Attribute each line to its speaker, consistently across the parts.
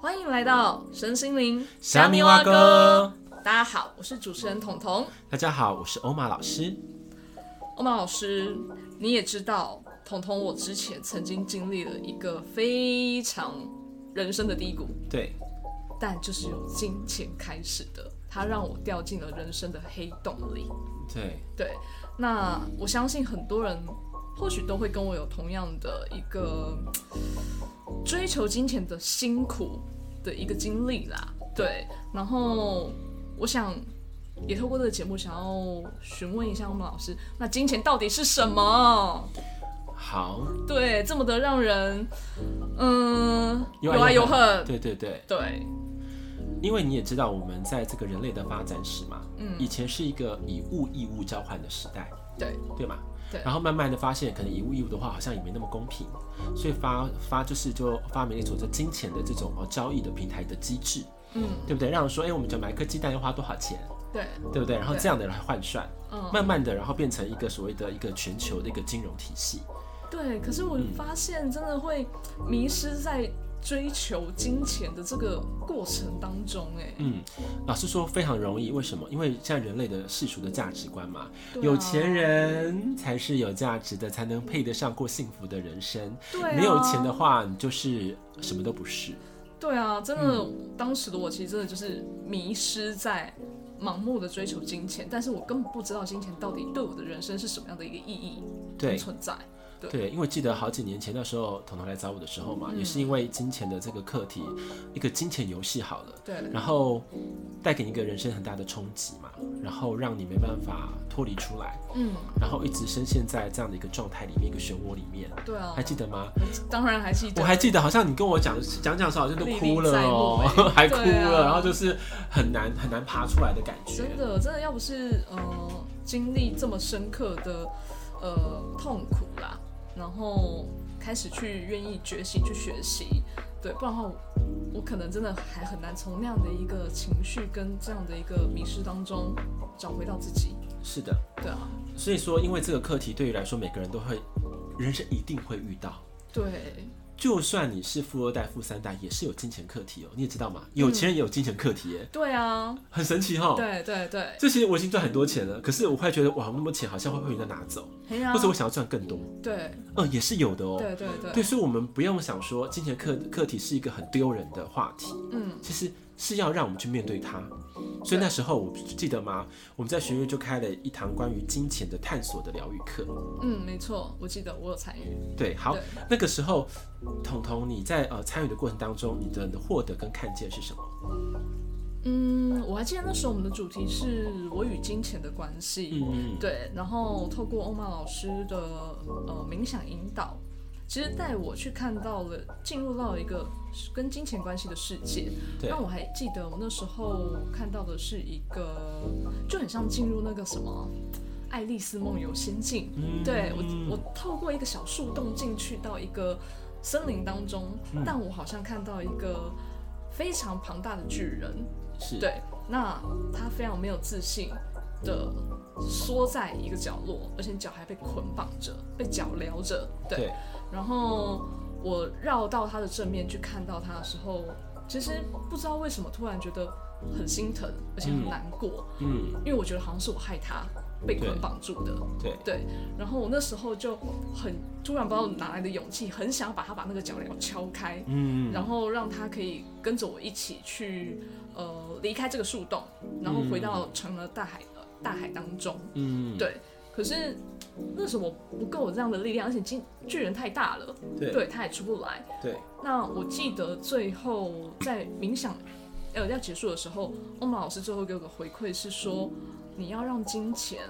Speaker 1: 欢迎来到神心灵
Speaker 2: 虾米蛙哥，
Speaker 1: 大家好，我是主持人彤彤。
Speaker 2: 大家好，我是欧玛老师。
Speaker 1: 欧曼老师，你也知道，彤彤我之前曾经经历了一个非常人生的低谷，
Speaker 2: 对，
Speaker 1: 但就是由金钱开始的，它让我掉进了人生的黑洞里。
Speaker 2: 对，
Speaker 1: 对，那我相信很多人或许都会跟我有同样的一个嗯追求金钱的辛苦的一个经历啦。对，然后我想也透过这个节目，想要询问一下我们老师，那金钱到底是什么？
Speaker 2: 好，
Speaker 1: 对，这么的让人嗯
Speaker 2: 又
Speaker 1: 爱
Speaker 2: 爱
Speaker 1: 又
Speaker 2: 又
Speaker 1: 恨。
Speaker 2: 对对对，
Speaker 1: 对，
Speaker 2: 因为你也知道，我们在这个人类的发展史嘛，
Speaker 1: 嗯
Speaker 2: 以前是一个以物易物交换的时代，
Speaker 1: 对，
Speaker 2: 对嘛？
Speaker 1: 对
Speaker 2: 然后慢慢的发现，可能以物易物的话，好像也没那么公平，所以发发就是就发明了一种这金钱的这种呃交易的平台的机制，
Speaker 1: 嗯，
Speaker 2: 对不对？让人说，哎、我们只要买一颗鸡蛋要花多少钱，
Speaker 1: 对，
Speaker 2: 对不对？然后
Speaker 1: 对
Speaker 2: 这样的来换算，
Speaker 1: 嗯，
Speaker 2: 慢慢的，然后变成一个所谓的一个全球的一个金融体系。
Speaker 1: 对，可是我发现真的会迷失在追求金钱的这个过程当中、哎、
Speaker 2: 嗯，老实说非常容易，为什么？因为现在人类的世俗的价值观嘛，
Speaker 1: 对啊
Speaker 2: 有钱人才是有价值的，才能配得上过幸福的人生。
Speaker 1: 对、啊、
Speaker 2: 没有钱的，话，你就是什么都不是。
Speaker 1: 对啊，真的，当时的我其实真的就是迷失在盲目的追求金钱，但是我根本不知道金钱到底对我的人生是什么样的一个意义跟
Speaker 2: 对
Speaker 1: 存在。
Speaker 2: 对，因为记得好几年前那时候，彤彤来找我的时候嘛，
Speaker 1: 嗯
Speaker 2: 也是因为金钱的这个课题，一个金钱游戏好了，
Speaker 1: 对，
Speaker 2: 然后带给你一个人生很大的冲击嘛，然后让你没办法脱离出来，
Speaker 1: 嗯，
Speaker 2: 然后一直深陷在这样的一个状态里面，一个漩涡里面。
Speaker 1: 对啊
Speaker 2: 还，记得吗？
Speaker 1: 当然还记
Speaker 2: 我
Speaker 1: 得，
Speaker 2: 还记得，好像你跟我讲讲讲的时候，好像都哭
Speaker 1: 历
Speaker 2: 了哦、
Speaker 1: 历在目
Speaker 2: 还哭
Speaker 1: 对啊
Speaker 2: 了，然后就是很难很难爬出来的感觉。
Speaker 1: 真的真的要不是呃经历这么深刻的呃痛苦啦，然后开始去愿意觉醒去学习，对，不然的话我我可能真的还很难从那样的一个情绪跟这样的一个迷失当中找回到自己，
Speaker 2: 是的，
Speaker 1: 对啊，
Speaker 2: 所以说，因为这个课题对于来说，每个人都会，人生一定会遇到。
Speaker 1: 对，
Speaker 2: 就算你是富二代、富三代，也是有金钱课题哦、你也知道吗？有钱人也有金钱课题耶、
Speaker 1: 对啊，
Speaker 2: 很神奇哦、
Speaker 1: 嗯对对对，
Speaker 2: 这其实我已经赚很多钱了，可是我会觉得哇，那么多钱好像会被人家拿走，
Speaker 1: 嘿啊
Speaker 2: 或者我想要赚更多，
Speaker 1: 对
Speaker 2: 嗯，也是有的哦、
Speaker 1: 对对对，
Speaker 2: 对，所以我们不用想说金钱课课题是一个很丢人的话题，
Speaker 1: 嗯，
Speaker 2: 其实是要让我们去面对它。所以那时候我记得吗？我们在学院就开了一堂关于金钱的探索的疗愈课。
Speaker 1: 嗯，没错，我记得我有参与，
Speaker 2: 对，好
Speaker 1: 对，
Speaker 2: 那个时候，彤彤你在呃参与的过程当中，你的你的获得跟看见是什么？
Speaker 1: 嗯，我还记得那时候我们的主题是我与金钱的关系，
Speaker 2: 嗯，
Speaker 1: 对，然后透过欧曼老师的呃冥想引导，其实带我去看到了进入到一个跟金钱关系的世界。
Speaker 2: 对
Speaker 1: 那我还记得我那时候看到的是一个，就很像进入那个什么《爱丽丝梦游仙境》
Speaker 2: 嗯
Speaker 1: 对我，我透过一个小树洞进去到一个森林当中，
Speaker 2: 嗯
Speaker 1: 但我好像看到一个非常庞大的巨人。
Speaker 2: 是，
Speaker 1: 对，那他非常没有自信的缩在一个角落，而且脚还被捆绑着，被脚撩着。对，
Speaker 2: 对，
Speaker 1: 然后我绕到他的正面去看到他的时候，其实不知道为什么突然觉得很心疼，而且很
Speaker 2: 嗯
Speaker 1: 难过，
Speaker 2: 嗯，
Speaker 1: 因为我觉得好像是我害他被捆
Speaker 2: 对
Speaker 1: 绑住的。
Speaker 2: 对，
Speaker 1: 对，然后我那时候就很突然不知道哪来的勇气，很想把他把那个脚镣敲开，
Speaker 2: 嗯，
Speaker 1: 然后让他可以跟着我一起去，呃，离开这个树洞，然后回到成了大海呃大海当中。
Speaker 2: 嗯，
Speaker 1: 对，可是那时候我不够有这样的力量，而且金巨人太大了，
Speaker 2: 对，
Speaker 1: 对，他也出不来。
Speaker 2: 对，
Speaker 1: 那我记得最后在冥想呃要结束的时候，欧玛老师最后给我个回馈是说，你要让金钱，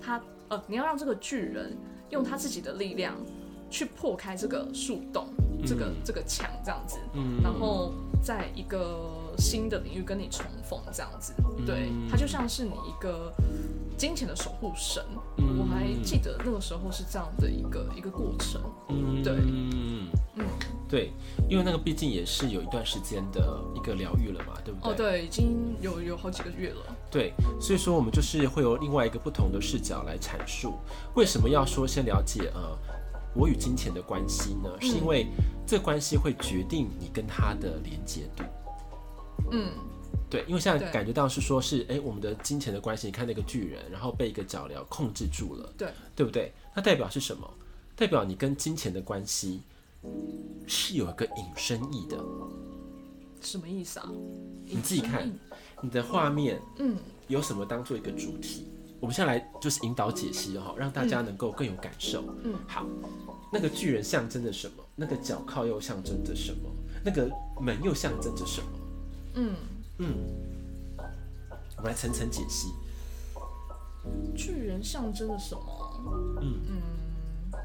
Speaker 1: 他呃你要让这个巨人用他自己的力量去破开这个树洞，这个、
Speaker 2: 嗯
Speaker 1: 这个墙这样子，
Speaker 2: 嗯
Speaker 1: 然后在一个新的领域跟你重逢这样子，对，
Speaker 2: 嗯
Speaker 1: 他就像是你一个。金钱的守护神，
Speaker 2: 嗯
Speaker 1: 我还记得那个时候是这样的一个一个过程，
Speaker 2: 嗯
Speaker 1: 对
Speaker 2: 嗯
Speaker 1: 嗯，
Speaker 2: 对，因为那个毕竟也是有一段时间的一个疗愈了嘛，对不对？
Speaker 1: 哦，对，已经有有好几个月了。
Speaker 2: 对，所以说我们就是会有另外一个不同的视角来阐
Speaker 1: 嗯
Speaker 2: 述为什么要说先了解呃我与金钱的关系呢？是因为这个关系会决定你跟他的连接度。
Speaker 1: 嗯，
Speaker 2: 对，因为现在
Speaker 1: 对
Speaker 2: 感觉到是说是，哎、我们的金钱的关系，你看那个巨人，然后被一个脚镣控制住了，
Speaker 1: 对，
Speaker 2: 对不对？那代表是什么？代表你跟金钱的关系是有一个引申意的。
Speaker 1: 什么意思啊？
Speaker 2: 你自己看
Speaker 1: 隐
Speaker 2: 你的画面
Speaker 1: 嗯，
Speaker 2: 有什么当做一个主体？我们现在来就是引导解析哈、让大家能够更有感受。
Speaker 1: 嗯，
Speaker 2: 好，那个巨人象征着什么？那个脚铐又象征着什么？那个门又象征着什么？
Speaker 1: 嗯
Speaker 2: 嗯，我们来层层解析。
Speaker 1: 嗯，巨人象征着什么？
Speaker 2: 嗯
Speaker 1: 嗯，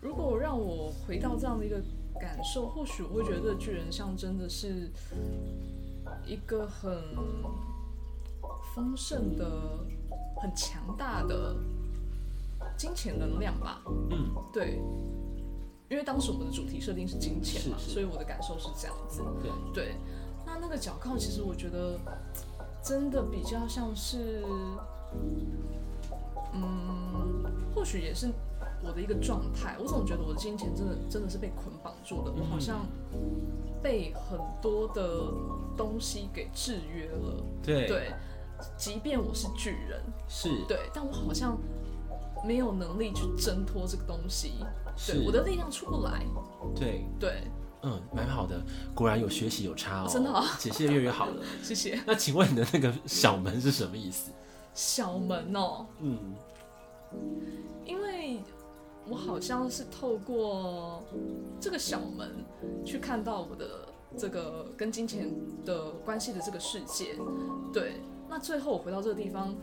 Speaker 1: 如果让我回到这样的一个感受，或许我会觉得巨人象征的是一个很丰盛的、很强大的金钱能量吧。
Speaker 2: 嗯，
Speaker 1: 对，因为当时我们的主题设定是金钱嘛，
Speaker 2: 是是
Speaker 1: 所以我的感受是这样子。
Speaker 2: 对，
Speaker 1: 对，那那个脚铐其实我觉得真的比较像是，嗯，或许也是我的一个状态。我总觉得我的金钱真的真的是被捆绑住的，我好
Speaker 2: 嗯
Speaker 1: 像被很多的东西给制约了。
Speaker 2: 对，
Speaker 1: 对，即便我是巨人，
Speaker 2: 是，
Speaker 1: 对，但我好像没有能力去挣脱这个东西，
Speaker 2: 是
Speaker 1: 对，我的力量出不来，
Speaker 2: 对，
Speaker 1: 对，
Speaker 2: 嗯，蛮好的，果然有学习有差哦，
Speaker 1: 真的哦
Speaker 2: 解析的越越好了。
Speaker 1: 谢谢。
Speaker 2: 那请问你的那个小门是什么意思？
Speaker 1: 小门哦、
Speaker 2: 嗯，
Speaker 1: 因为我好像是透过这个小门去看到我的这个跟金钱的关系的这个世界，对，那最后我回到这个地方。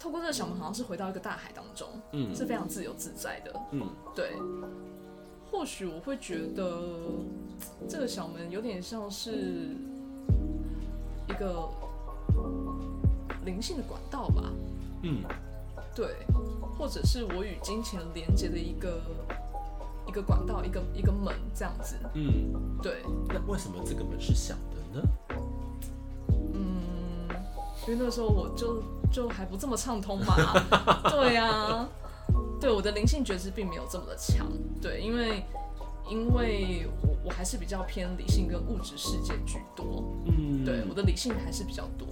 Speaker 1: 透过这个小门，好像是回到一个大海当中，
Speaker 2: 嗯
Speaker 1: 是非常自由自在的。
Speaker 2: 嗯，
Speaker 1: 对，或许我会觉得这个小门有点像是一个灵性的管道吧，
Speaker 2: 嗯，
Speaker 1: 对，或者是我与金钱连接的一个一个管道，一个一个门这样子，
Speaker 2: 嗯，
Speaker 1: 对，
Speaker 2: 那为什么这个门是小的呢？
Speaker 1: 嗯，因为那个时候我就就还不这么畅通嘛， 对呀、对我的灵性觉知并没有这么的强，对，因为因为我我还是比较偏理性跟物质世界居多，
Speaker 2: 嗯，
Speaker 1: 对，我的理性还是比较多，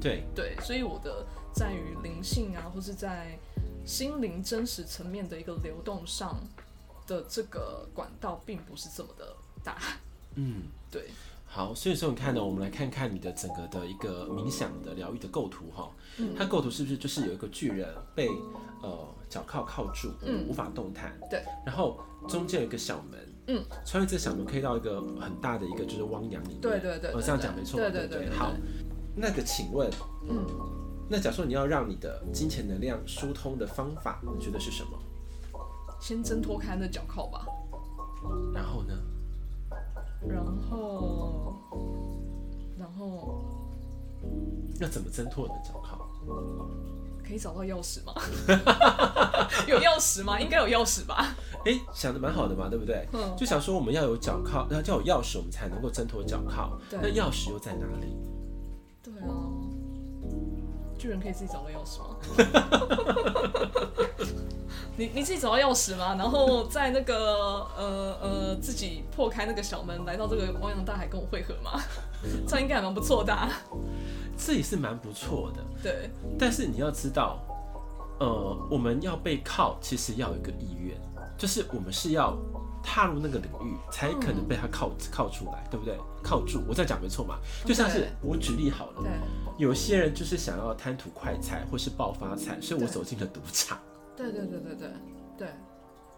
Speaker 2: 对，
Speaker 1: 对，所以我的在于灵性啊，或是在心灵真实层面的一个流动上的这个管道，并不是这么的大，
Speaker 2: 嗯。
Speaker 1: 对，
Speaker 2: 好，所以说你看呢，我们来看看你的整个的一个冥想的疗愈的构图哈
Speaker 1: 嗯，
Speaker 2: 它构图是不是就是有一个巨人被呃脚铐铐住，
Speaker 1: 嗯
Speaker 2: 无法动弹，
Speaker 1: 对，
Speaker 2: 然后中间有一个小门，
Speaker 1: 嗯，
Speaker 2: 穿越这小门可以到一个很大的一个就是汪洋里面，
Speaker 1: 对对对
Speaker 2: 我
Speaker 1: 对
Speaker 2: 这样
Speaker 1: 对
Speaker 2: 讲没错吧，
Speaker 1: 对
Speaker 2: 对
Speaker 1: 对对
Speaker 2: 不
Speaker 1: 对
Speaker 2: 好，那个请问，
Speaker 1: 嗯。
Speaker 2: 那假设你要让你的金钱能量疏通的方法，你觉得是什么？
Speaker 1: 先挣脱开那脚铐吧，
Speaker 2: 然后呢？
Speaker 1: 然后，然后
Speaker 2: 要怎么挣脱你的脚铐？
Speaker 1: 可以找到钥匙吗？ 有钥匙吗？应该有钥匙吧。
Speaker 2: 哎、想的蛮好的嘛，对不对？
Speaker 1: 嗯
Speaker 2: 就想说我们要有脚铐，要要有钥匙，我们才能够挣脱脚铐。
Speaker 1: 嗯对
Speaker 2: 那钥匙又在哪里？
Speaker 1: 对啊，巨人可以自己找到钥匙 吗？你你自己找到钥匙吗？然后在那个呃呃自己破开那个小门，来到这个汪洋大海跟我汇合 吗？这样应该还蛮不错的、啊。
Speaker 2: 这也是蛮不错的，
Speaker 1: 对，
Speaker 2: 但是你要知道，呃，我们要被铐，其实要有一个意愿，就是我们是要踏入那个领域，才可能被他铐铐出来，对不对？铐住，我这样讲没错嘛？就像是
Speaker 1: 对
Speaker 2: 我举例好了，
Speaker 1: 对
Speaker 2: 有些人就是想要贪图快财或是暴发财，所以我
Speaker 1: 对
Speaker 2: 走进了赌场，
Speaker 1: 对对对对对对，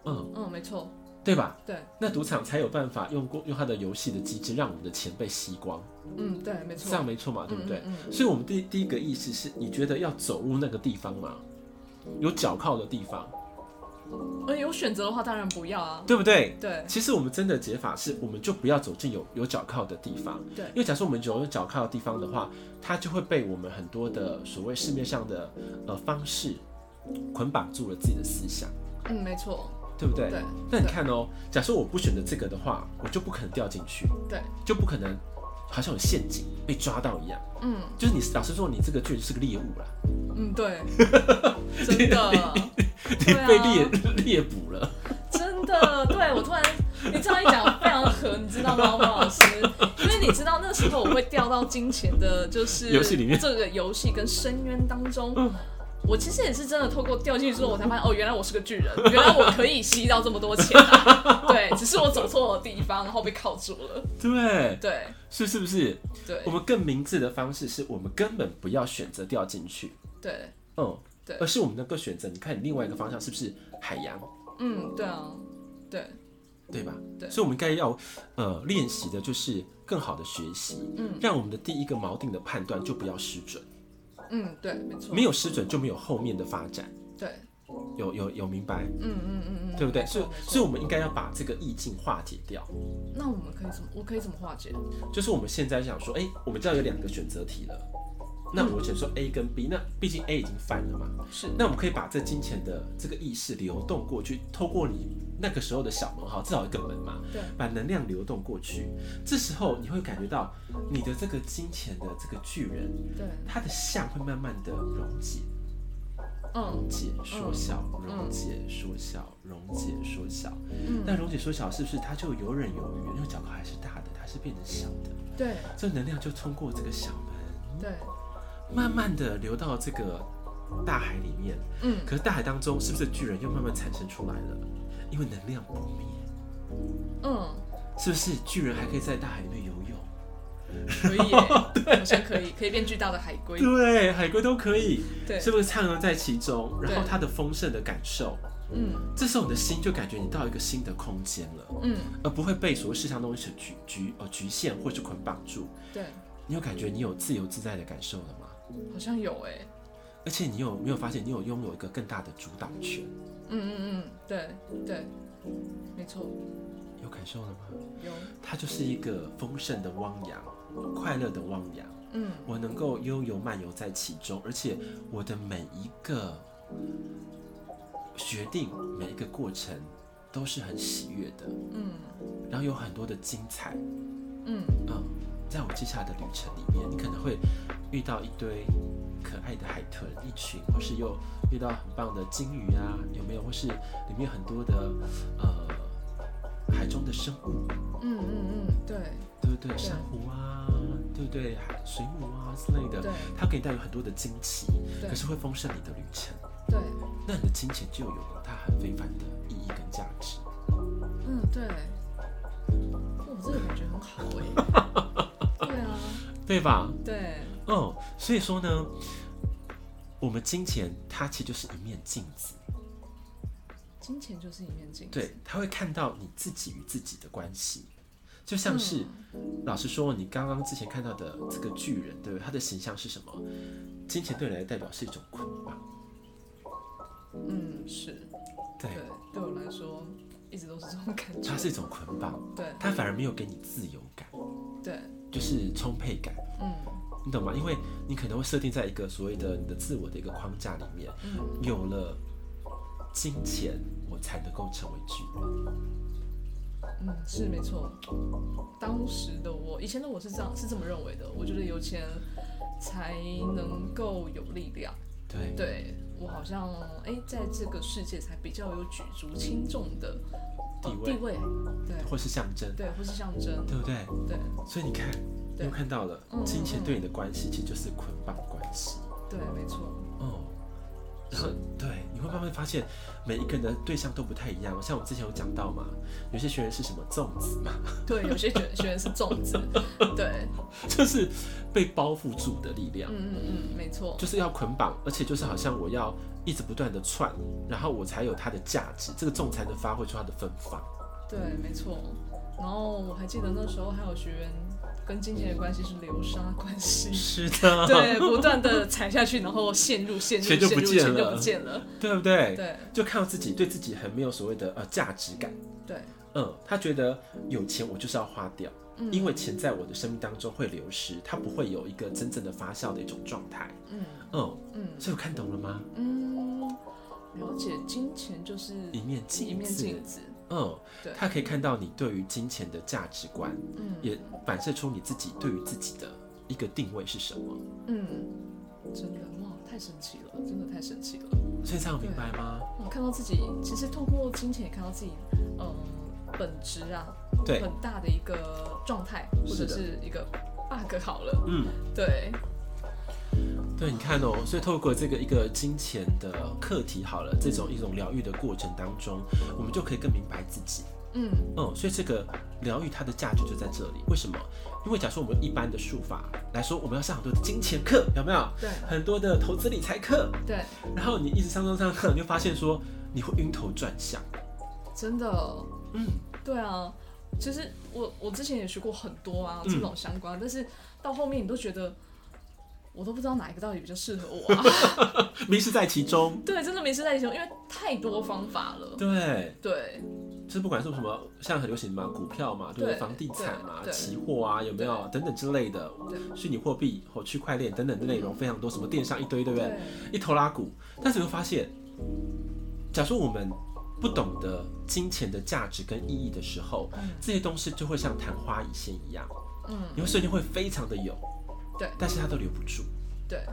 Speaker 2: 嗯，
Speaker 1: 嗯，没错，
Speaker 2: 对吧？
Speaker 1: 对，
Speaker 2: 那赌场才有办法用过用他的游戏的机制，让我们的钱被吸光。
Speaker 1: 嗯，对，没错，
Speaker 2: 这样没错嘛，对不对？
Speaker 1: 嗯嗯
Speaker 2: 所以，我们第第一个意识是，你觉得要走入那个地方嘛，有脚铐的地方，
Speaker 1: 呃，有选择的话，当然不要啊。
Speaker 2: 对不对？
Speaker 1: 对
Speaker 2: 其实我们真的解法是，我们就不要走进有有脚铐的地方，
Speaker 1: 对
Speaker 2: 因为假设我们走有脚铐的地方的话，它就会被我们很多的所谓市面上的呃方式捆绑住了自己的思想，
Speaker 1: 嗯，没错，
Speaker 2: 对不对？
Speaker 1: 对
Speaker 2: 那你看哦，假设我不选择这个的话，我就不可能掉进去，
Speaker 1: 对，
Speaker 2: 就不可能好像有陷阱被抓到一样。
Speaker 1: 嗯
Speaker 2: 就是你老实说，你这个确实是个猎物啦。
Speaker 1: 嗯，对，真的，
Speaker 2: 你
Speaker 1: 对啊
Speaker 2: 被猎、猎捕了，
Speaker 1: 的，对我突然你这样一讲非常合，你知道 吗，王老师？因为你知道那时候我会掉到金钱的，就是
Speaker 2: 游戏里面嗯
Speaker 1: 这个游戏跟深渊当中。我其实也是真的透过掉进去之后，我才发现哦，原来我是个巨人，原来我可以吸到这么多钱、 啊。对，只是我走错了地方，然后被铐住了。
Speaker 2: 对，
Speaker 1: 对
Speaker 2: 是是不是？
Speaker 1: 对
Speaker 2: 我们更明智的方式是我们根本不要选择掉进去，
Speaker 1: 对，
Speaker 2: 嗯，
Speaker 1: 对
Speaker 2: 而是我们能够选择，你看你另外一个方向是不是海洋，
Speaker 1: 嗯，对啊，对，
Speaker 2: 对吧？
Speaker 1: 对
Speaker 2: 所以我们应该要呃练习的就是更好的学习，
Speaker 1: 嗯
Speaker 2: 让我们的第一个锚定的判断就不要失准，
Speaker 1: 嗯，对，没错，
Speaker 2: 没有失准就没有后面的发展，
Speaker 1: 对，
Speaker 2: 有有有明白，
Speaker 1: 嗯嗯嗯嗯，
Speaker 2: 对不对？
Speaker 1: 没
Speaker 2: 所
Speaker 1: 错
Speaker 2: 以
Speaker 1: 没错
Speaker 2: 所以我们应该要把这个意境化解掉。
Speaker 1: 那我们可以怎么？我可以怎么化解？
Speaker 2: 就是我们现在想说，哎、我们知道有两个选择题了，那我只能说 A 跟 B，那毕竟 A 已经犯了嘛，
Speaker 1: 嗯是
Speaker 2: 那我们可以把这金钱的这个意识流动过去，透过你那个时候的小门哈，至少一个门嘛，
Speaker 1: 对，
Speaker 2: 把能量流动过去，这时候你会感觉到你的这个金钱的这个巨人，
Speaker 1: 对，
Speaker 2: 它的像会慢慢的溶解、
Speaker 1: 嗯
Speaker 2: 溶解、缩小、
Speaker 1: 嗯
Speaker 2: 溶解、缩小、溶解、缩小。那
Speaker 1: 嗯，
Speaker 2: 溶解缩小是不是它就游刃有余？因为角壳还是大的，它是变成小的。
Speaker 1: 对
Speaker 2: 这能量就通过这个小门，
Speaker 1: 对，
Speaker 2: 慢慢的流到这个大海里面。
Speaker 1: 嗯
Speaker 2: 可是大海当中，是不是巨人又慢慢产生出来了？因为能量不灭，
Speaker 1: 嗯，
Speaker 2: 是不是巨人还可以在大海里面游泳？
Speaker 1: 可以耶，好像可以，可以变巨大的海龟。
Speaker 2: 对，海龟都可以，
Speaker 1: 对，
Speaker 2: 是不是徜徉在其中？然后
Speaker 1: 对
Speaker 2: 它的丰盛的感受，
Speaker 1: 嗯
Speaker 2: 这时候你的心就感觉你到一个新的空间了，
Speaker 1: 嗯，
Speaker 2: 而不会被所谓世上东西所局局呃局限或是捆绑住。
Speaker 1: 对，
Speaker 2: 你有感觉你有自由自在的感受了吗？
Speaker 1: 好像有哎，
Speaker 2: 而且你有没有发现你有拥有一个更大的主导权？
Speaker 1: 嗯嗯嗯，对对，没错，
Speaker 2: 有感受了吗？
Speaker 1: 有，
Speaker 2: 它就是一个丰盛的汪洋，快乐的汪洋。
Speaker 1: 嗯
Speaker 2: 我能够悠游漫游在其中，而且我的每一个决定、每一个过程都是很喜悦的，
Speaker 1: 嗯
Speaker 2: 然后有很多的精彩。
Speaker 1: 嗯，
Speaker 2: 嗯，在我接下来的旅程里面，你可能会遇到一堆可爱的海豚一群，或是又遇到很棒的鲸鱼啊，有没有？或是里面很多的呃海中的生物，
Speaker 1: 嗯嗯嗯，对
Speaker 2: 对不对？珊瑚啊，对不对？海水母啊之类的
Speaker 1: 对，
Speaker 2: 它给你带有很多的惊奇，
Speaker 1: 对
Speaker 2: 可是会丰盛你的旅程。
Speaker 1: 对，
Speaker 2: 那你的金钱就有了它很非凡的意义跟价值。
Speaker 1: 嗯对，我这个感觉很好哎，对啊，
Speaker 2: 对吧？
Speaker 1: 对，
Speaker 2: 嗯，所以说呢，我们金钱它其实就是一面镜子，
Speaker 1: 金钱就是一面镜子，
Speaker 2: 对，他会看到你自己与自己的关系，就像是、
Speaker 1: 嗯
Speaker 2: 老实说，你刚刚之前看到的这个巨人，对不对？他的形象是什么？金钱对你来代表是一种捆绑，
Speaker 1: 嗯是，
Speaker 2: 对
Speaker 1: 对，，对我来说一直都是这种感觉
Speaker 2: 它，是一种捆绑，
Speaker 1: 对
Speaker 2: 它反而没有给你自由感，
Speaker 1: 对，
Speaker 2: 就是充沛感，
Speaker 1: 嗯
Speaker 2: 你懂吗？因为你可能会设定在一个所谓的你的自我的一个框架里面，
Speaker 1: 嗯，
Speaker 2: 有了金钱，我才能够成为巨人。
Speaker 1: 嗯，是没错。当时的我，以前的我是这样，是这么认为的。我觉得有钱才能够有力量。
Speaker 2: 对，
Speaker 1: 对我好像哎、在这个世界才比较有举足轻重的呃
Speaker 2: 地位
Speaker 1: 地位，对
Speaker 2: 或是象征，
Speaker 1: 对，或是象征，
Speaker 2: 对不对？
Speaker 1: 对
Speaker 2: 所以你看，你
Speaker 1: 对
Speaker 2: 又看到了
Speaker 1: 嗯
Speaker 2: 金钱对你的关系，其实就是捆绑关系。
Speaker 1: 对，没错，
Speaker 2: 哦，然后对，你会慢慢发现每一个人的对象都不太一样。像我之前有讲到嘛，有些学员是什么粽子嘛，
Speaker 1: 对，有些学学 员是粽子，对，
Speaker 2: 就是被包覆住的力量
Speaker 1: 嗯，嗯嗯，没错，
Speaker 2: 就是要捆绑，而且就是好像我要一直不断的串，然后我才有它的价值，这个粽才能发挥出它的芬芳。
Speaker 1: 对，没错。然后我还记得那时候还有学员跟金钱的关系是流沙关系，
Speaker 2: 是 的，
Speaker 1: 对，不断的踩下去，然后陷入陷入陷
Speaker 2: 钱
Speaker 1: 入
Speaker 2: 就
Speaker 1: 陷
Speaker 2: 不
Speaker 1: 入，
Speaker 2: 见
Speaker 1: 钱就
Speaker 2: 了
Speaker 1: 不见了。
Speaker 2: 对不对？
Speaker 1: 对
Speaker 2: 就看到自己对自己很没有所谓的呃价值感。
Speaker 1: 对，
Speaker 2: 嗯，他觉得有钱我就是要花掉，
Speaker 1: 嗯
Speaker 2: 因为钱在我的生命当中会流失，它不会有一个真正的发酵的一种状态。
Speaker 1: 嗯
Speaker 2: 嗯，
Speaker 1: 嗯
Speaker 2: 所以我看懂了吗？
Speaker 1: 嗯，了解，金钱就是
Speaker 2: 一面
Speaker 1: 一
Speaker 2: 镜
Speaker 1: 面
Speaker 2: 子，
Speaker 1: 镜子。
Speaker 2: 嗯
Speaker 1: 对，
Speaker 2: 他可以看到你对于金钱的价值观，
Speaker 1: 嗯
Speaker 2: 也反射出你自己对于自己的一个定位是什么。
Speaker 1: 嗯，真的哇，太神奇了，真的太神奇了。
Speaker 2: 所以这样明白吗？
Speaker 1: 我看到自己，其实透过金钱也看到自己，嗯，本质啊，
Speaker 2: 对，
Speaker 1: 很大的一个状态，或者
Speaker 2: 是的
Speaker 1: 是一个 bug 好了。
Speaker 2: 嗯，
Speaker 1: 对，
Speaker 2: 对，你看哦，所以透过这个一个金钱的课题，好了，这种一种疗愈的过程当中，我们就可以更明白自己。
Speaker 1: 嗯
Speaker 2: 嗯，所以这个疗愈它的价值就在这里。为什么？因为假设我们一般的术法来说，我们要上很多的金钱课，有没有？
Speaker 1: 对
Speaker 2: 很多的投资理财课，
Speaker 1: 对，
Speaker 2: 然后你一直上上上课，你就发现说你会晕头转向。
Speaker 1: 真的，
Speaker 2: 嗯，
Speaker 1: 对啊。其实我我之前也学过很多啊
Speaker 2: 嗯
Speaker 1: 这种相关，但是到后面你都觉得，我都不知道哪一个到底比较适合我 啊。
Speaker 2: 迷失在其中。
Speaker 1: 对，真的没事在用，因为太多方法了。
Speaker 2: 对，
Speaker 1: 对
Speaker 2: 就是不管是什么，像很流行嘛，股票嘛，对不对？
Speaker 1: 对
Speaker 2: 房地产嘛，
Speaker 1: 对对
Speaker 2: 期货啊，有没有等等之类的，
Speaker 1: 对嗯
Speaker 2: 虚拟货币和区块链等等的内容非常多，什么电商一堆，对不对？
Speaker 1: 对
Speaker 2: 一头拉股，但是你会发现，假如我们不懂得金钱的价值跟意义的时候，
Speaker 1: 嗯
Speaker 2: 这些东西就会像昙花一现一样，
Speaker 1: 嗯，
Speaker 2: 你会瞬间会非常的有，
Speaker 1: 对
Speaker 2: 但是它都留不住，
Speaker 1: 对，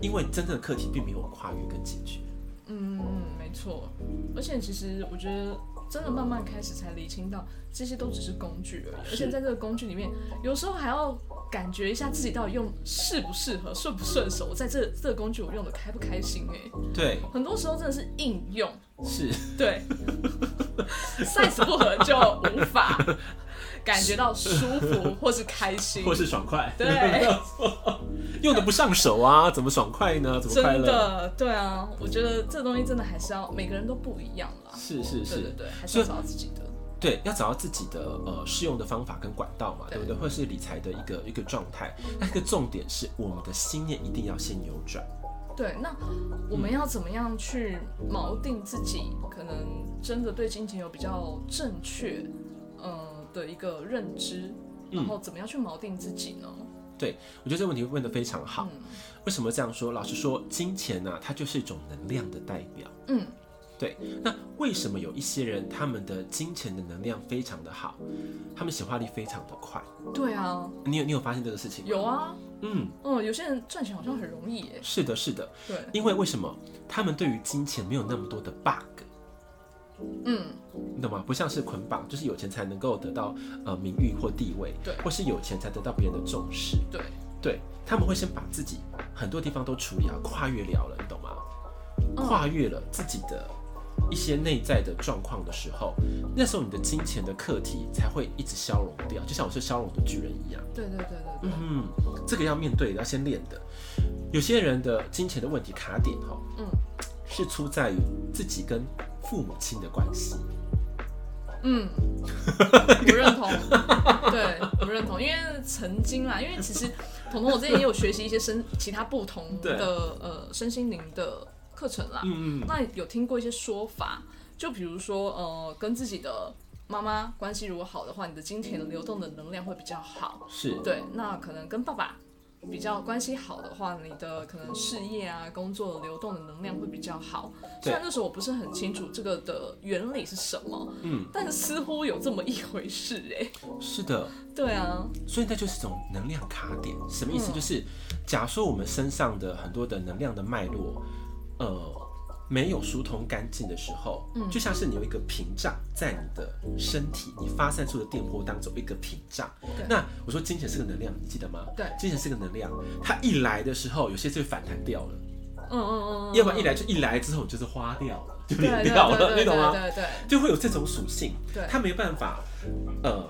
Speaker 2: 因为真正的课题并没有跨越跟解决。
Speaker 1: 嗯，嗯没错。而且其实我觉得，真的慢慢开始才理清到，这些都只是工具而已。
Speaker 2: 是
Speaker 1: 而且在这个工具里面，有时候还要感觉一下自己到底用适不适合、顺不顺手。在这这个工具我用的开不开心、欸？
Speaker 2: 对，
Speaker 1: 很多时候真的是应用，
Speaker 2: 是，
Speaker 1: 对，size 不合就无 法感觉到舒服或是开心，
Speaker 2: 或是爽快，
Speaker 1: 对，
Speaker 2: 用的不上手啊，怎么爽快呢？怎么快
Speaker 1: 真
Speaker 2: 乐？
Speaker 1: 的，对啊，我觉得这东西真的还是要每个人都不一样啦。
Speaker 2: 是是
Speaker 1: 对对
Speaker 2: 是，
Speaker 1: 对，还是
Speaker 2: 所以
Speaker 1: 要找到自己的。
Speaker 2: 对，要找到自己的呃适用的方法跟管道嘛，对不对？或者是理财的一个一个状态。那一个重点是，我们的心念一定要先扭转。
Speaker 1: 对，那我们要怎么样去锚定自己？可能真的对金钱有比较正确，呃的一个认知，然
Speaker 2: 嗯
Speaker 1: 后怎么样去锚定自己呢？
Speaker 2: 对我觉得这个问题问得非常好。
Speaker 1: 嗯
Speaker 2: 为什么这样说？老实说，金钱呢、它就是一种能量的代表。
Speaker 1: 嗯，
Speaker 2: 对，那为什么有一些人他们的金钱的能量非常的好，他们显化力非常的快？
Speaker 1: 对啊，
Speaker 2: 你有你有发现这个事情吗？
Speaker 1: 有啊，
Speaker 2: 嗯，
Speaker 1: 嗯，有些人赚钱好像很容易耶。
Speaker 2: 是的，是的。
Speaker 1: 嗯对，
Speaker 2: 因为为什么他们对于金钱没有那么多的 bug，
Speaker 1: 嗯，
Speaker 2: 你懂吗？不像是捆绑，就是有钱才能够得到呃名誉或地位，
Speaker 1: 对
Speaker 2: 或是有钱才得到别人的重视，
Speaker 1: 对，
Speaker 2: 对，他们会先把自己很多地方都处理好，跨越了了，你懂吗？
Speaker 1: 嗯
Speaker 2: 跨越了自己的一些内在的状况的时候，那时候你的金钱的课题才会一直消融掉，就像我是消融的巨人一样。
Speaker 1: 对对对对对，
Speaker 2: 嗯，这个要面对的，要先练的。有些人的金钱的问题卡点哈，
Speaker 1: 嗯
Speaker 2: 是出在于自己跟父母亲的关系。
Speaker 1: 嗯， 不认同，对，不认同，因为曾经啊啦，因为其实彤彤我之前也有学习一些身其他不同
Speaker 2: 对
Speaker 1: 的呃身心灵的课程啦，
Speaker 2: 嗯
Speaker 1: 那有听过一些说法，就比如说呃跟自己的妈妈关系如果好的话，你的金钱的流动的能量会比较好，
Speaker 2: 是，
Speaker 1: 对，那可能跟爸爸。比较关系好的话，你的可能事业啊、工作流动的能量会比较好。虽然那时候我不是很清楚这个的原理是什么，
Speaker 2: 嗯，
Speaker 1: 但似乎有这么一回事哎、
Speaker 2: 是的。
Speaker 1: 对啊，
Speaker 2: 所以那就是一种能量卡点，什么意思？
Speaker 1: 嗯
Speaker 2: 就是假说我们身上的很多的能量的脉络，呃，没有疏通干净的时候，
Speaker 1: 嗯
Speaker 2: 就像是你有一个屏障在你的身体，你发散出的电波当中一个屏障
Speaker 1: 对。
Speaker 2: 那我说金钱是个能量，你记得吗？
Speaker 1: 对
Speaker 2: 金钱是个能量，它一来的时候，有些就反弹掉了，
Speaker 1: 嗯嗯嗯，嗯
Speaker 2: 要不然一来就一来之后就是花掉了，就
Speaker 1: 对
Speaker 2: 扁
Speaker 1: 对
Speaker 2: 掉
Speaker 1: 对
Speaker 2: 了，
Speaker 1: 对
Speaker 2: 你懂吗？
Speaker 1: 对对
Speaker 2: 就会有这种属性，
Speaker 1: 对
Speaker 2: 它没办法，呃，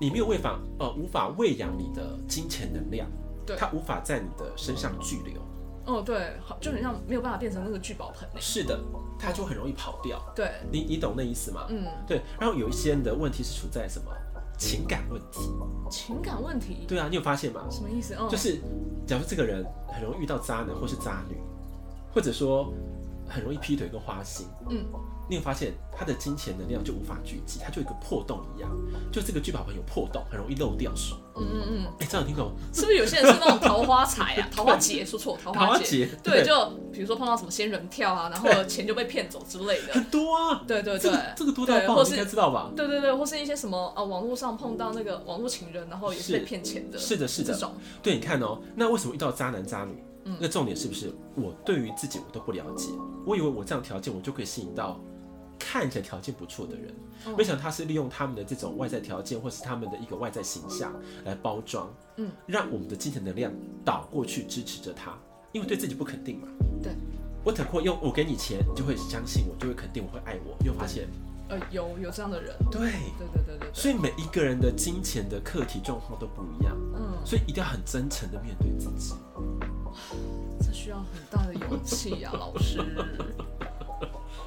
Speaker 2: 你没有喂法，呃，无法喂养你的金钱能量，
Speaker 1: 对
Speaker 2: 它无法在你的身上聚留，
Speaker 1: 哦对，好，就很像没有办法变成那个聚宝盆哎、
Speaker 2: 是的，它就很容易跑掉，
Speaker 1: 对，
Speaker 2: 你你懂那意思吗？
Speaker 1: 嗯，
Speaker 2: 对，然后有一些人的问题是处在什么情感问题，
Speaker 1: 情感问题，
Speaker 2: 对啊，你有发现吗？
Speaker 1: 什么意思？嗯，
Speaker 2: 就是假如这个人很容易遇到渣男或是渣女，或者说很容易劈腿跟花心，
Speaker 1: 嗯，
Speaker 2: 你有发现他的金钱能量就无法聚集，它就有一个破洞一样，就这个聚宝盆有破洞，很容易漏掉水。
Speaker 1: 嗯嗯嗯，
Speaker 2: 哎、这样有听懂？
Speaker 1: 是不是有些人是那种桃花财 啊？桃花劫，说错，桃
Speaker 2: 桃花
Speaker 1: 劫
Speaker 2: 劫，对
Speaker 1: 对，就比如说碰到什么仙人跳啊，然后钱就被骗走之类的
Speaker 2: 很，多啊，
Speaker 1: 对对
Speaker 2: 这
Speaker 1: 对
Speaker 2: 个，这个多到
Speaker 1: 对
Speaker 2: 爆，
Speaker 1: 或
Speaker 2: 你
Speaker 1: 是
Speaker 2: 应该知道吧？
Speaker 1: 对对对，或是一些什么呃，网络上碰到那个网络情人，然后也是被
Speaker 2: 是
Speaker 1: 骗钱的，
Speaker 2: 是的，是
Speaker 1: 这
Speaker 2: 的，
Speaker 1: 种，
Speaker 2: 对，你看哦，那为什么遇到渣男渣女？
Speaker 1: 嗯
Speaker 2: 那重点是不是我对于自己我都不了解？我以为我这样条件我就可以吸引到看起来条件不错的人，
Speaker 1: 嗯
Speaker 2: 没想到他是利用他们的这种外在条件或是他们的一个外在形象来包装，
Speaker 1: 嗯，
Speaker 2: 让我们的精神能量倒过去支持着他，因为对自己不肯定嘛。
Speaker 1: 对，
Speaker 2: 我等会用我给你钱，你就会相信我，就会肯定我会爱我，又发现
Speaker 1: 呃，有有这样的人，
Speaker 2: 对。
Speaker 1: 对对对对对，
Speaker 2: 所以每一个人的金钱的课题状况都不一样，
Speaker 1: 嗯，
Speaker 2: 所以一定要很真诚的面对自己。
Speaker 1: 这需要很大的勇气啊，老 师，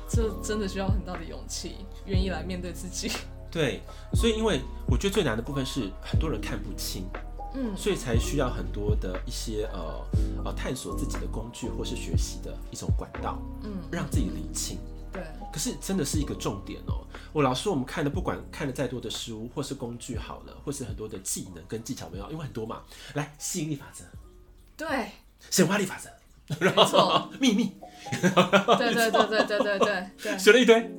Speaker 1: 这真的需要很大的勇气，愿意来面对自己。
Speaker 2: 对，所以因为我觉得最难的部分是很多人看不清，
Speaker 1: 嗯
Speaker 2: 所以才需要很多的一些呃呃探索自己的工具或是学习的一种管道，
Speaker 1: 嗯，
Speaker 2: 让自己理清。
Speaker 1: 对，
Speaker 2: 可是真的是一个重点哦、我老师，我们看的不管看了再多的书或是工具好了，或是很多的技能跟技巧没有，因为很多嘛，来吸引力法则、
Speaker 1: 对，
Speaker 2: 显化力法则，然
Speaker 1: 没错
Speaker 2: 后秘密
Speaker 1: 对对对对对对 对对。
Speaker 2: 学了一堆。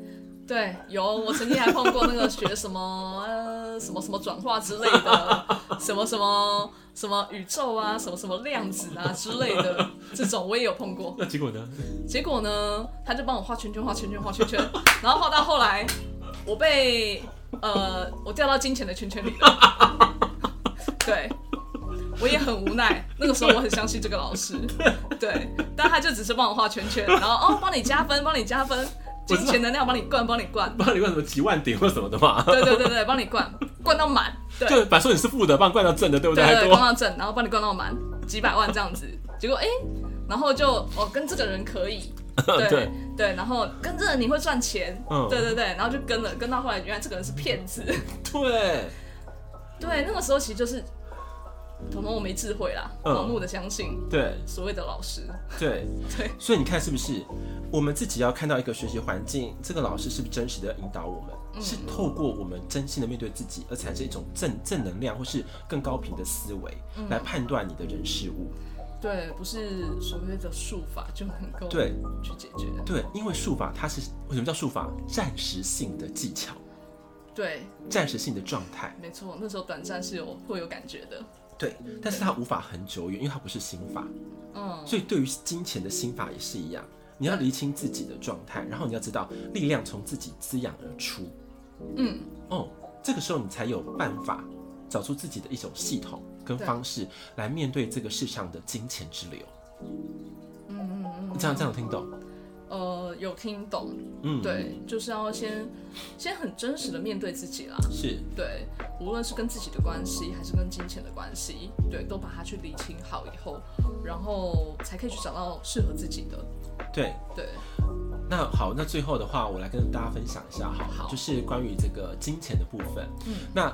Speaker 1: 对，有我曾经还碰过那个学什么呃什么什么转化之类的，什么什么什么宇宙啊，什么什么量子啊之类的，这种我也有碰过。
Speaker 2: 那结果呢？
Speaker 1: 结果呢，他就帮我画圈圈，画圈圈，画圈圈，然后画到后来，我被呃我掉到金钱的圈圈里了。对，我也很无奈。那个时候我很相信这个老师，对，但他就只是帮我画圈圈，然后哦帮你加分，帮你加分，
Speaker 2: 我知道
Speaker 1: 金钱能量帮你灌，帮你灌。
Speaker 2: 不知道你为什么几万点或什么的 嘛，
Speaker 1: 对对对对，帮你 灌灌到满，对
Speaker 2: 就把说你是负的，帮你灌到正的，对不
Speaker 1: 对
Speaker 2: 还
Speaker 1: 对，
Speaker 2: 多
Speaker 1: 灌到正，然后帮你灌到满，几百万这样子。结果哎、诶然后就哦跟这个人可 以，对
Speaker 2: 对
Speaker 1: 对，然后跟这个人你会赚钱，
Speaker 2: 嗯
Speaker 1: 对对对，然后就跟了，跟到后来原来这个人是骗子，
Speaker 2: 对。
Speaker 1: 对，那个时候其实就是，彤彤我没智慧啦，
Speaker 2: 嗯
Speaker 1: 盲目的相信
Speaker 2: 对
Speaker 1: 所谓的老师，
Speaker 2: 对
Speaker 1: 对，
Speaker 2: 所以你看是不是？我们自己要看到一个学习环境，这个老师是不是真实的引导我们？
Speaker 1: 嗯
Speaker 2: 是透过我们真心的面对自己，而产生一种正正能量，或是更高频的思维
Speaker 1: 嗯
Speaker 2: 来判断你的人事物。
Speaker 1: 对，不是所谓的术法就能够
Speaker 2: 对
Speaker 1: 去解决，
Speaker 2: 对，因为术法它是为什么叫术法？暂时性的技巧，
Speaker 1: 对，
Speaker 2: 暂时性的状态。
Speaker 1: 没错，那时候短暂是有会有感觉的，
Speaker 2: 对，但是它无法很久远，因为它不是心法。
Speaker 1: 嗯，
Speaker 2: 所以对于金钱的心法也是一样，你要厘清自己的状态，然后你要知道力量从自己滋养而出。
Speaker 1: 嗯，
Speaker 2: 哦，这个时候你才有办法找出自己的一种系统跟
Speaker 1: 对
Speaker 2: 方式来面对这个世上的金钱之流。嗯嗯嗯，这样这样听懂？
Speaker 1: 呃，有听懂，
Speaker 2: 嗯，，
Speaker 1: 对，就是要先先很真实的面对自己啦。
Speaker 2: 是，
Speaker 1: 对，无论是跟自己的关系，还是跟金钱的关系，对，都把它去理清好以后，然后才可以去找到适合自己的。
Speaker 2: 对。
Speaker 1: 对，
Speaker 2: 那好，那最后的话，我来跟大家分享一下好了，
Speaker 1: 好
Speaker 2: 就是关于这个金钱的部分。
Speaker 1: 嗯，
Speaker 2: 那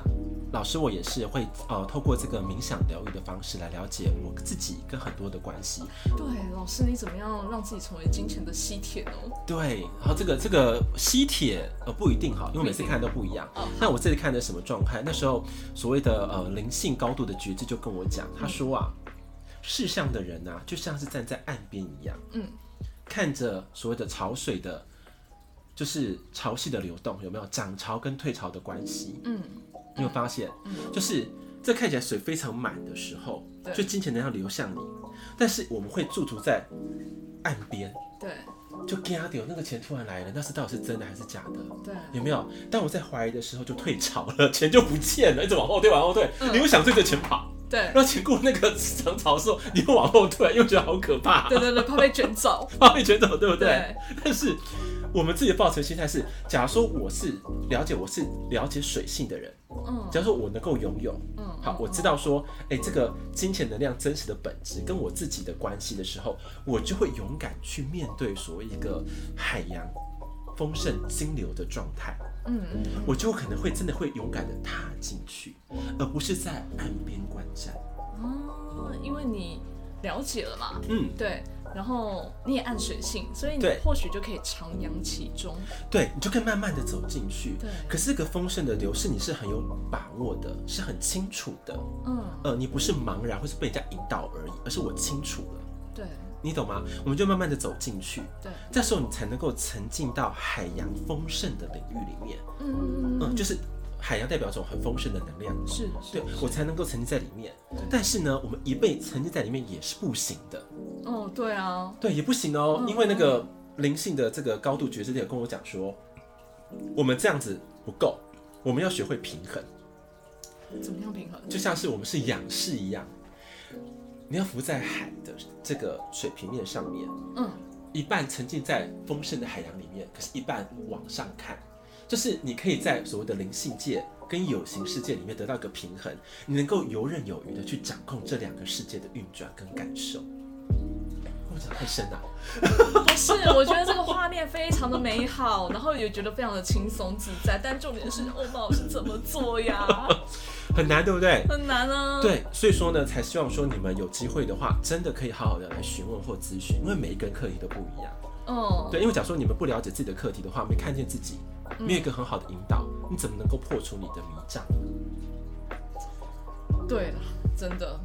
Speaker 2: 老师我也是会呃，透过这个冥想疗愈的方式来了解我自己跟很多的关系。
Speaker 1: 对，老师，你怎么样让自己成为金钱的吸铁哦？
Speaker 2: 对，然后这个这个吸铁呃不一定哈，因为每次看都不一样
Speaker 1: 哦。
Speaker 2: 那我这次看的什么状态？那时候所谓的呃灵性高度的觉知就跟我讲，他说啊，世上的人啊，就像是站在岸边一样，
Speaker 1: 嗯，
Speaker 2: 看着所谓的潮水的，就是潮汐的流动，有没有涨潮跟退潮的关系？
Speaker 1: 嗯，
Speaker 2: 你有发现？
Speaker 1: 嗯
Speaker 2: 就是这看起来水非常满的时候，
Speaker 1: 对
Speaker 2: 就金钱能量流向你，但是我们会驻足在岸边。
Speaker 1: 对
Speaker 2: 就惊掉，那个钱突然来了，那是到底是真的还是假的？
Speaker 1: 对，
Speaker 2: 有没有？当我在怀疑的时候，就退潮了， 钱就不见了，一直往后退，往后退。
Speaker 1: 嗯
Speaker 2: 你又想追着钱跑，
Speaker 1: 对
Speaker 2: 然后钱过那个涨潮的时候，你又往后退，又觉得好可怕，
Speaker 1: 对对对，怕被卷走。
Speaker 2: 把你卷走，对不对？
Speaker 1: 对
Speaker 2: 但是我们自己的抱持心态是，假如说我是了解，我是了解水性的人，
Speaker 1: 嗯
Speaker 2: 假如说我能够拥有，
Speaker 1: 嗯，
Speaker 2: 好，我知道说，哎、这个金钱能量真实的本质跟我自己的关系的时候，我就会勇敢去面对所谓一个海洋丰盛金流的状态，
Speaker 1: 嗯嗯嗯
Speaker 2: 我就可能会真的会勇敢的踏进去，而不是在岸边观战。
Speaker 1: 啊，因为你了解了嘛，
Speaker 2: 嗯，
Speaker 1: 对，然后你也按水性，所以你
Speaker 2: 对
Speaker 1: 或许就可以徜徉其中。
Speaker 2: 对，你就可以慢慢的走进去。
Speaker 1: 对
Speaker 2: 可是这个丰盛的流是你是很有把握的，是很清楚的，
Speaker 1: 嗯，
Speaker 2: 呃，你不是茫然或是被人家引导而已，而是我清楚了，
Speaker 1: 对
Speaker 2: 你懂吗？我们就慢慢的走进去。
Speaker 1: 对，
Speaker 2: 这时候你才能够沉浸到海洋丰盛的领域里面，
Speaker 1: 嗯嗯
Speaker 2: 嗯，
Speaker 1: 嗯，
Speaker 2: 就是海洋代表一种很丰盛的能量，
Speaker 1: 是
Speaker 2: 对
Speaker 1: 是，
Speaker 2: 我才能够沉浸在里面
Speaker 1: 对。
Speaker 2: 但是呢，我们一辈子沉浸在里面也是不行的，
Speaker 1: 哦，对啊，
Speaker 2: 对，也不行哦，
Speaker 1: 嗯
Speaker 2: 因为那个灵性的这个高度觉知力有跟我讲说，我们这样子不够，我们要学会平衡，
Speaker 1: 怎么样平衡？
Speaker 2: 就像是我们是仰视一样，你要浮在海的这个水平面上面，
Speaker 1: 嗯，
Speaker 2: 一半沉浸在丰盛的海洋里面，可是一半往上看，就是你可以在所谓的灵性界跟有形世界里面得到一个平衡，你能够游刃有余的去掌控这两个世界的运转跟感受。我讲得太深了、
Speaker 1: 不是，我觉得这个画面非常的美好，然后也觉得非常的轻松自在，但重点是欧巴老师怎么做 呀？
Speaker 2: 很难，对不对？
Speaker 1: 很难啊。，
Speaker 2: 对，所以说呢，才希望说你们有机会的话，真的可以好好的来询问或咨询，因为每一个人课题都不一样。
Speaker 1: 嗯，
Speaker 2: 对，因为假如说你们不了解自己的课题的话，没看见自己，没有一个很好的引导，你怎么能够破除你的迷障？
Speaker 1: 对了，真的，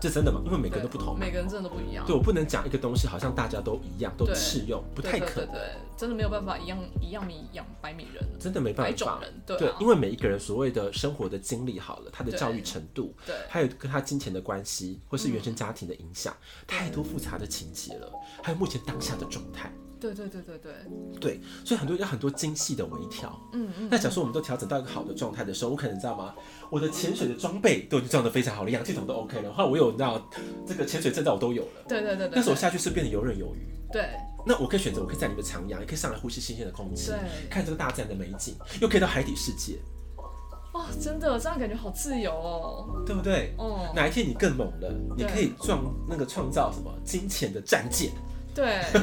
Speaker 2: 这真的吗？因为每个人都
Speaker 1: 对
Speaker 2: 不同嘛。
Speaker 1: 每个人真的都不一样。
Speaker 2: 对我不能讲一个东西，好像大家都一样，都
Speaker 1: 对
Speaker 2: 适用，不太
Speaker 1: 对
Speaker 2: 可
Speaker 1: 对对
Speaker 2: 能，
Speaker 1: 对，真的没有办法一样一样米养百米人。
Speaker 2: 真的没
Speaker 1: 百
Speaker 2: 办
Speaker 1: 种
Speaker 2: 法
Speaker 1: 人。对
Speaker 2: 对
Speaker 1: 啊，
Speaker 2: 因为每一个人所谓的生活的经历好了，他的
Speaker 1: 对
Speaker 2: 教育程度，
Speaker 1: 对
Speaker 2: 还有跟他金钱的关系，或是原
Speaker 1: 嗯
Speaker 2: 生家庭的影响，太多复杂的情节了，还有目前当下的状态。
Speaker 1: 对对对对对，
Speaker 2: 对，所以很多要很多精细的微调。
Speaker 1: 嗯 嗯，
Speaker 2: 那假如说我们都调整到一个好的状态的时候，我可能你知道吗？我的潜水的装备都已经装得非常好了，氧气筒都 OK 了，后来我有你知道这个潜水证照我都有了，
Speaker 1: 对对对对。
Speaker 2: 但是我下去是变得游刃有余。
Speaker 1: 对
Speaker 2: 那我可以选择，我可以在里面徜徉，也可以上来呼吸新鲜的空气
Speaker 1: 对，
Speaker 2: 看这个大自然的美景，又可以到海底世界，
Speaker 1: 哇，真的这样感觉好自由哦。
Speaker 2: 对不对？
Speaker 1: 哦，
Speaker 2: 哪一天你更猛了，你
Speaker 1: 对
Speaker 2: 可以创那个创造什么金钱的战舰，
Speaker 1: 对对，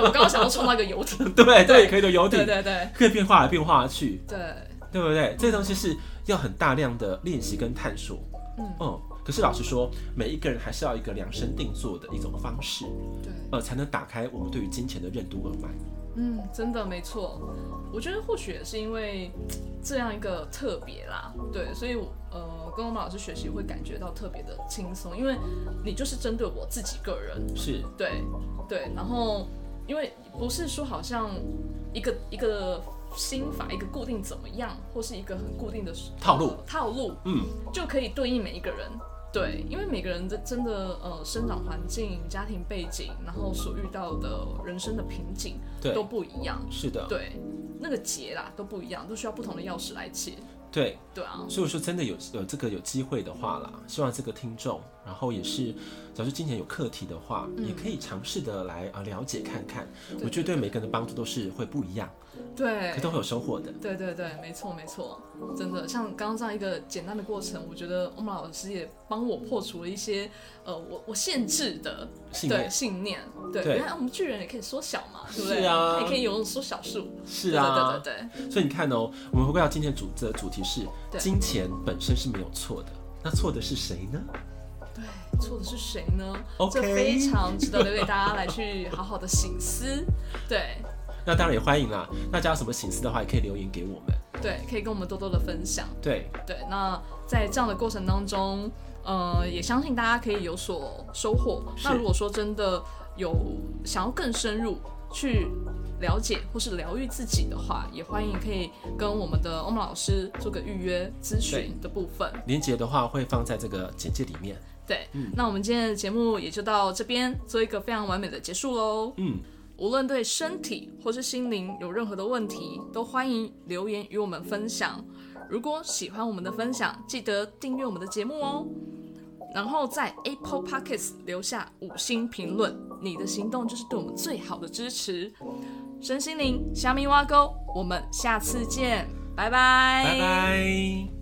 Speaker 1: 我刚刚想要创造一个游艇。
Speaker 2: 对不对？对，可以的游艇
Speaker 1: 对，对对
Speaker 2: 可以变化来变化去，
Speaker 1: 对，
Speaker 2: 对不对？这东西是要很大量的练习跟探索。
Speaker 1: 嗯
Speaker 2: 嗯，可是老实说，每一个人还是要一个量身定做的一种方式，
Speaker 1: 对，
Speaker 2: 呃，才能打开我们对于金钱的任督二脉。
Speaker 1: 嗯，真的没错。我觉得或许也是因为这样一个特别啦，对，所以我呃跟我们老师学习会感觉到特别的轻松，因为你就是针对我自己个人，
Speaker 2: 是，
Speaker 1: 对对，然后因为不是说好像一个一个心法一个固定怎么样，或是一个很固定的
Speaker 2: 套路
Speaker 1: 套路
Speaker 2: 嗯，
Speaker 1: 就可以对应每一个人。对，因为每个人的真的呃生长环境、家庭背景，然后所遇到的人生的瓶颈
Speaker 2: 对
Speaker 1: 都，不一样，
Speaker 2: 是的，
Speaker 1: 对，那个结啦都不一样，都需要不同的钥匙来解。
Speaker 2: 对。
Speaker 1: 对啊，
Speaker 2: 所以我说，真的有有这个有机会的话啦，希望这个听众，然后也是，假如今年有课题的话，
Speaker 1: 嗯
Speaker 2: 也可以尝试的来啊了解看看。我觉得对每个人的帮助都是会不一样，
Speaker 1: 对
Speaker 2: 可，都会有收获的。
Speaker 1: 对对对，没错没错，真的像刚刚这样一个简单的过程，我觉得欧姆老师也帮我破除了一些呃我我限制的
Speaker 2: 信
Speaker 1: 对
Speaker 2: 念
Speaker 1: 信念，对，
Speaker 2: 对
Speaker 1: 原来我们巨人也可以缩小嘛，对不
Speaker 2: 是
Speaker 1: 对？
Speaker 2: 啊
Speaker 1: 也可以有缩小术，
Speaker 2: 是啊，
Speaker 1: 对对对对
Speaker 2: 所以你看哦，我们回归到今天的主这主题是
Speaker 1: 对
Speaker 2: 金钱本身是没有错的，那错的是谁呢？
Speaker 1: 对，错的是谁呢
Speaker 2: OK
Speaker 1: 这非常值得留给大家来去好好的醒思，对
Speaker 2: 那当然也欢迎啦，大家有什么心思的话，也可以留言给我们。
Speaker 1: 对，可以跟我们多多的分享。
Speaker 2: 对，
Speaker 1: 对，那在这样的过程当中，呃，也相信大家可以有所收获。
Speaker 2: 是
Speaker 1: 那如果说真的有想要更深入去了解或是疗愈自己的话，也欢迎可以跟我们的欧姆老师做个预约咨询的部分。
Speaker 2: 连接的话会放在这个简介里面。
Speaker 1: 对，那我们今天的节目也就到这边，做一个非常完美的结束喽。
Speaker 2: 嗯，
Speaker 1: 无论对身体或是心灵有任何的问题，都欢迎留言与我们分享。如果喜欢我们的分享，记得订阅我们的节目哦。然后在 Apple Podcasts 留下五星评论，你的行动就是对我们最好的支持。身心灵，虾米挖沟，我们下次见，拜拜，
Speaker 2: 拜拜。